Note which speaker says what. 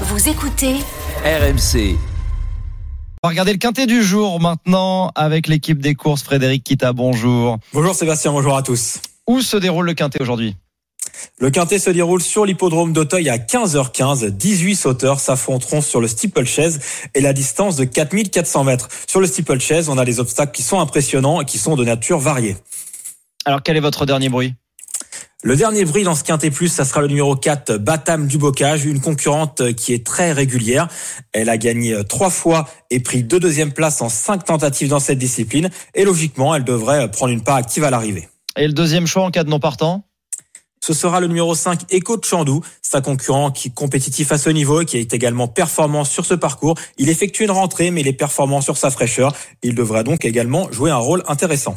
Speaker 1: Vous écoutez
Speaker 2: RMC.
Speaker 3: On va regarder le quintet du jour maintenant avec l'équipe des courses. Frédéric Kita, bonjour.
Speaker 4: Bonjour Sébastien, bonjour à tous.
Speaker 3: Où se déroule le quintet aujourd'hui
Speaker 4: Le quintet se déroule sur l'hippodrome d'Auteuil à 15h15. 18 sauteurs s'affronteront sur le steeplechase et la distance de 4400 mètres. Sur le steeplechase, on a des obstacles qui sont impressionnants et qui sont de nature variée.
Speaker 3: Alors quel est votre dernier bruit
Speaker 4: Le dernier bruit dans ce quintet plus, ça sera le numéro 4, Batam du Bocage, une concurrente qui est très régulière. Elle a gagné trois fois et pris deux deuxièmes places en cinq tentatives dans cette discipline. Et logiquement, elle devrait prendre une part active à l'arrivée.
Speaker 3: Et le deuxième choix en cas de non partant
Speaker 4: Ce sera le numéro 5, Echo de Chandou. C'est un concurrent qui est compétitif à ce niveau et qui est également performant sur ce parcours. Il effectue une rentrée, mais il est performant sur sa fraîcheur. Il devra donc également jouer un rôle intéressant.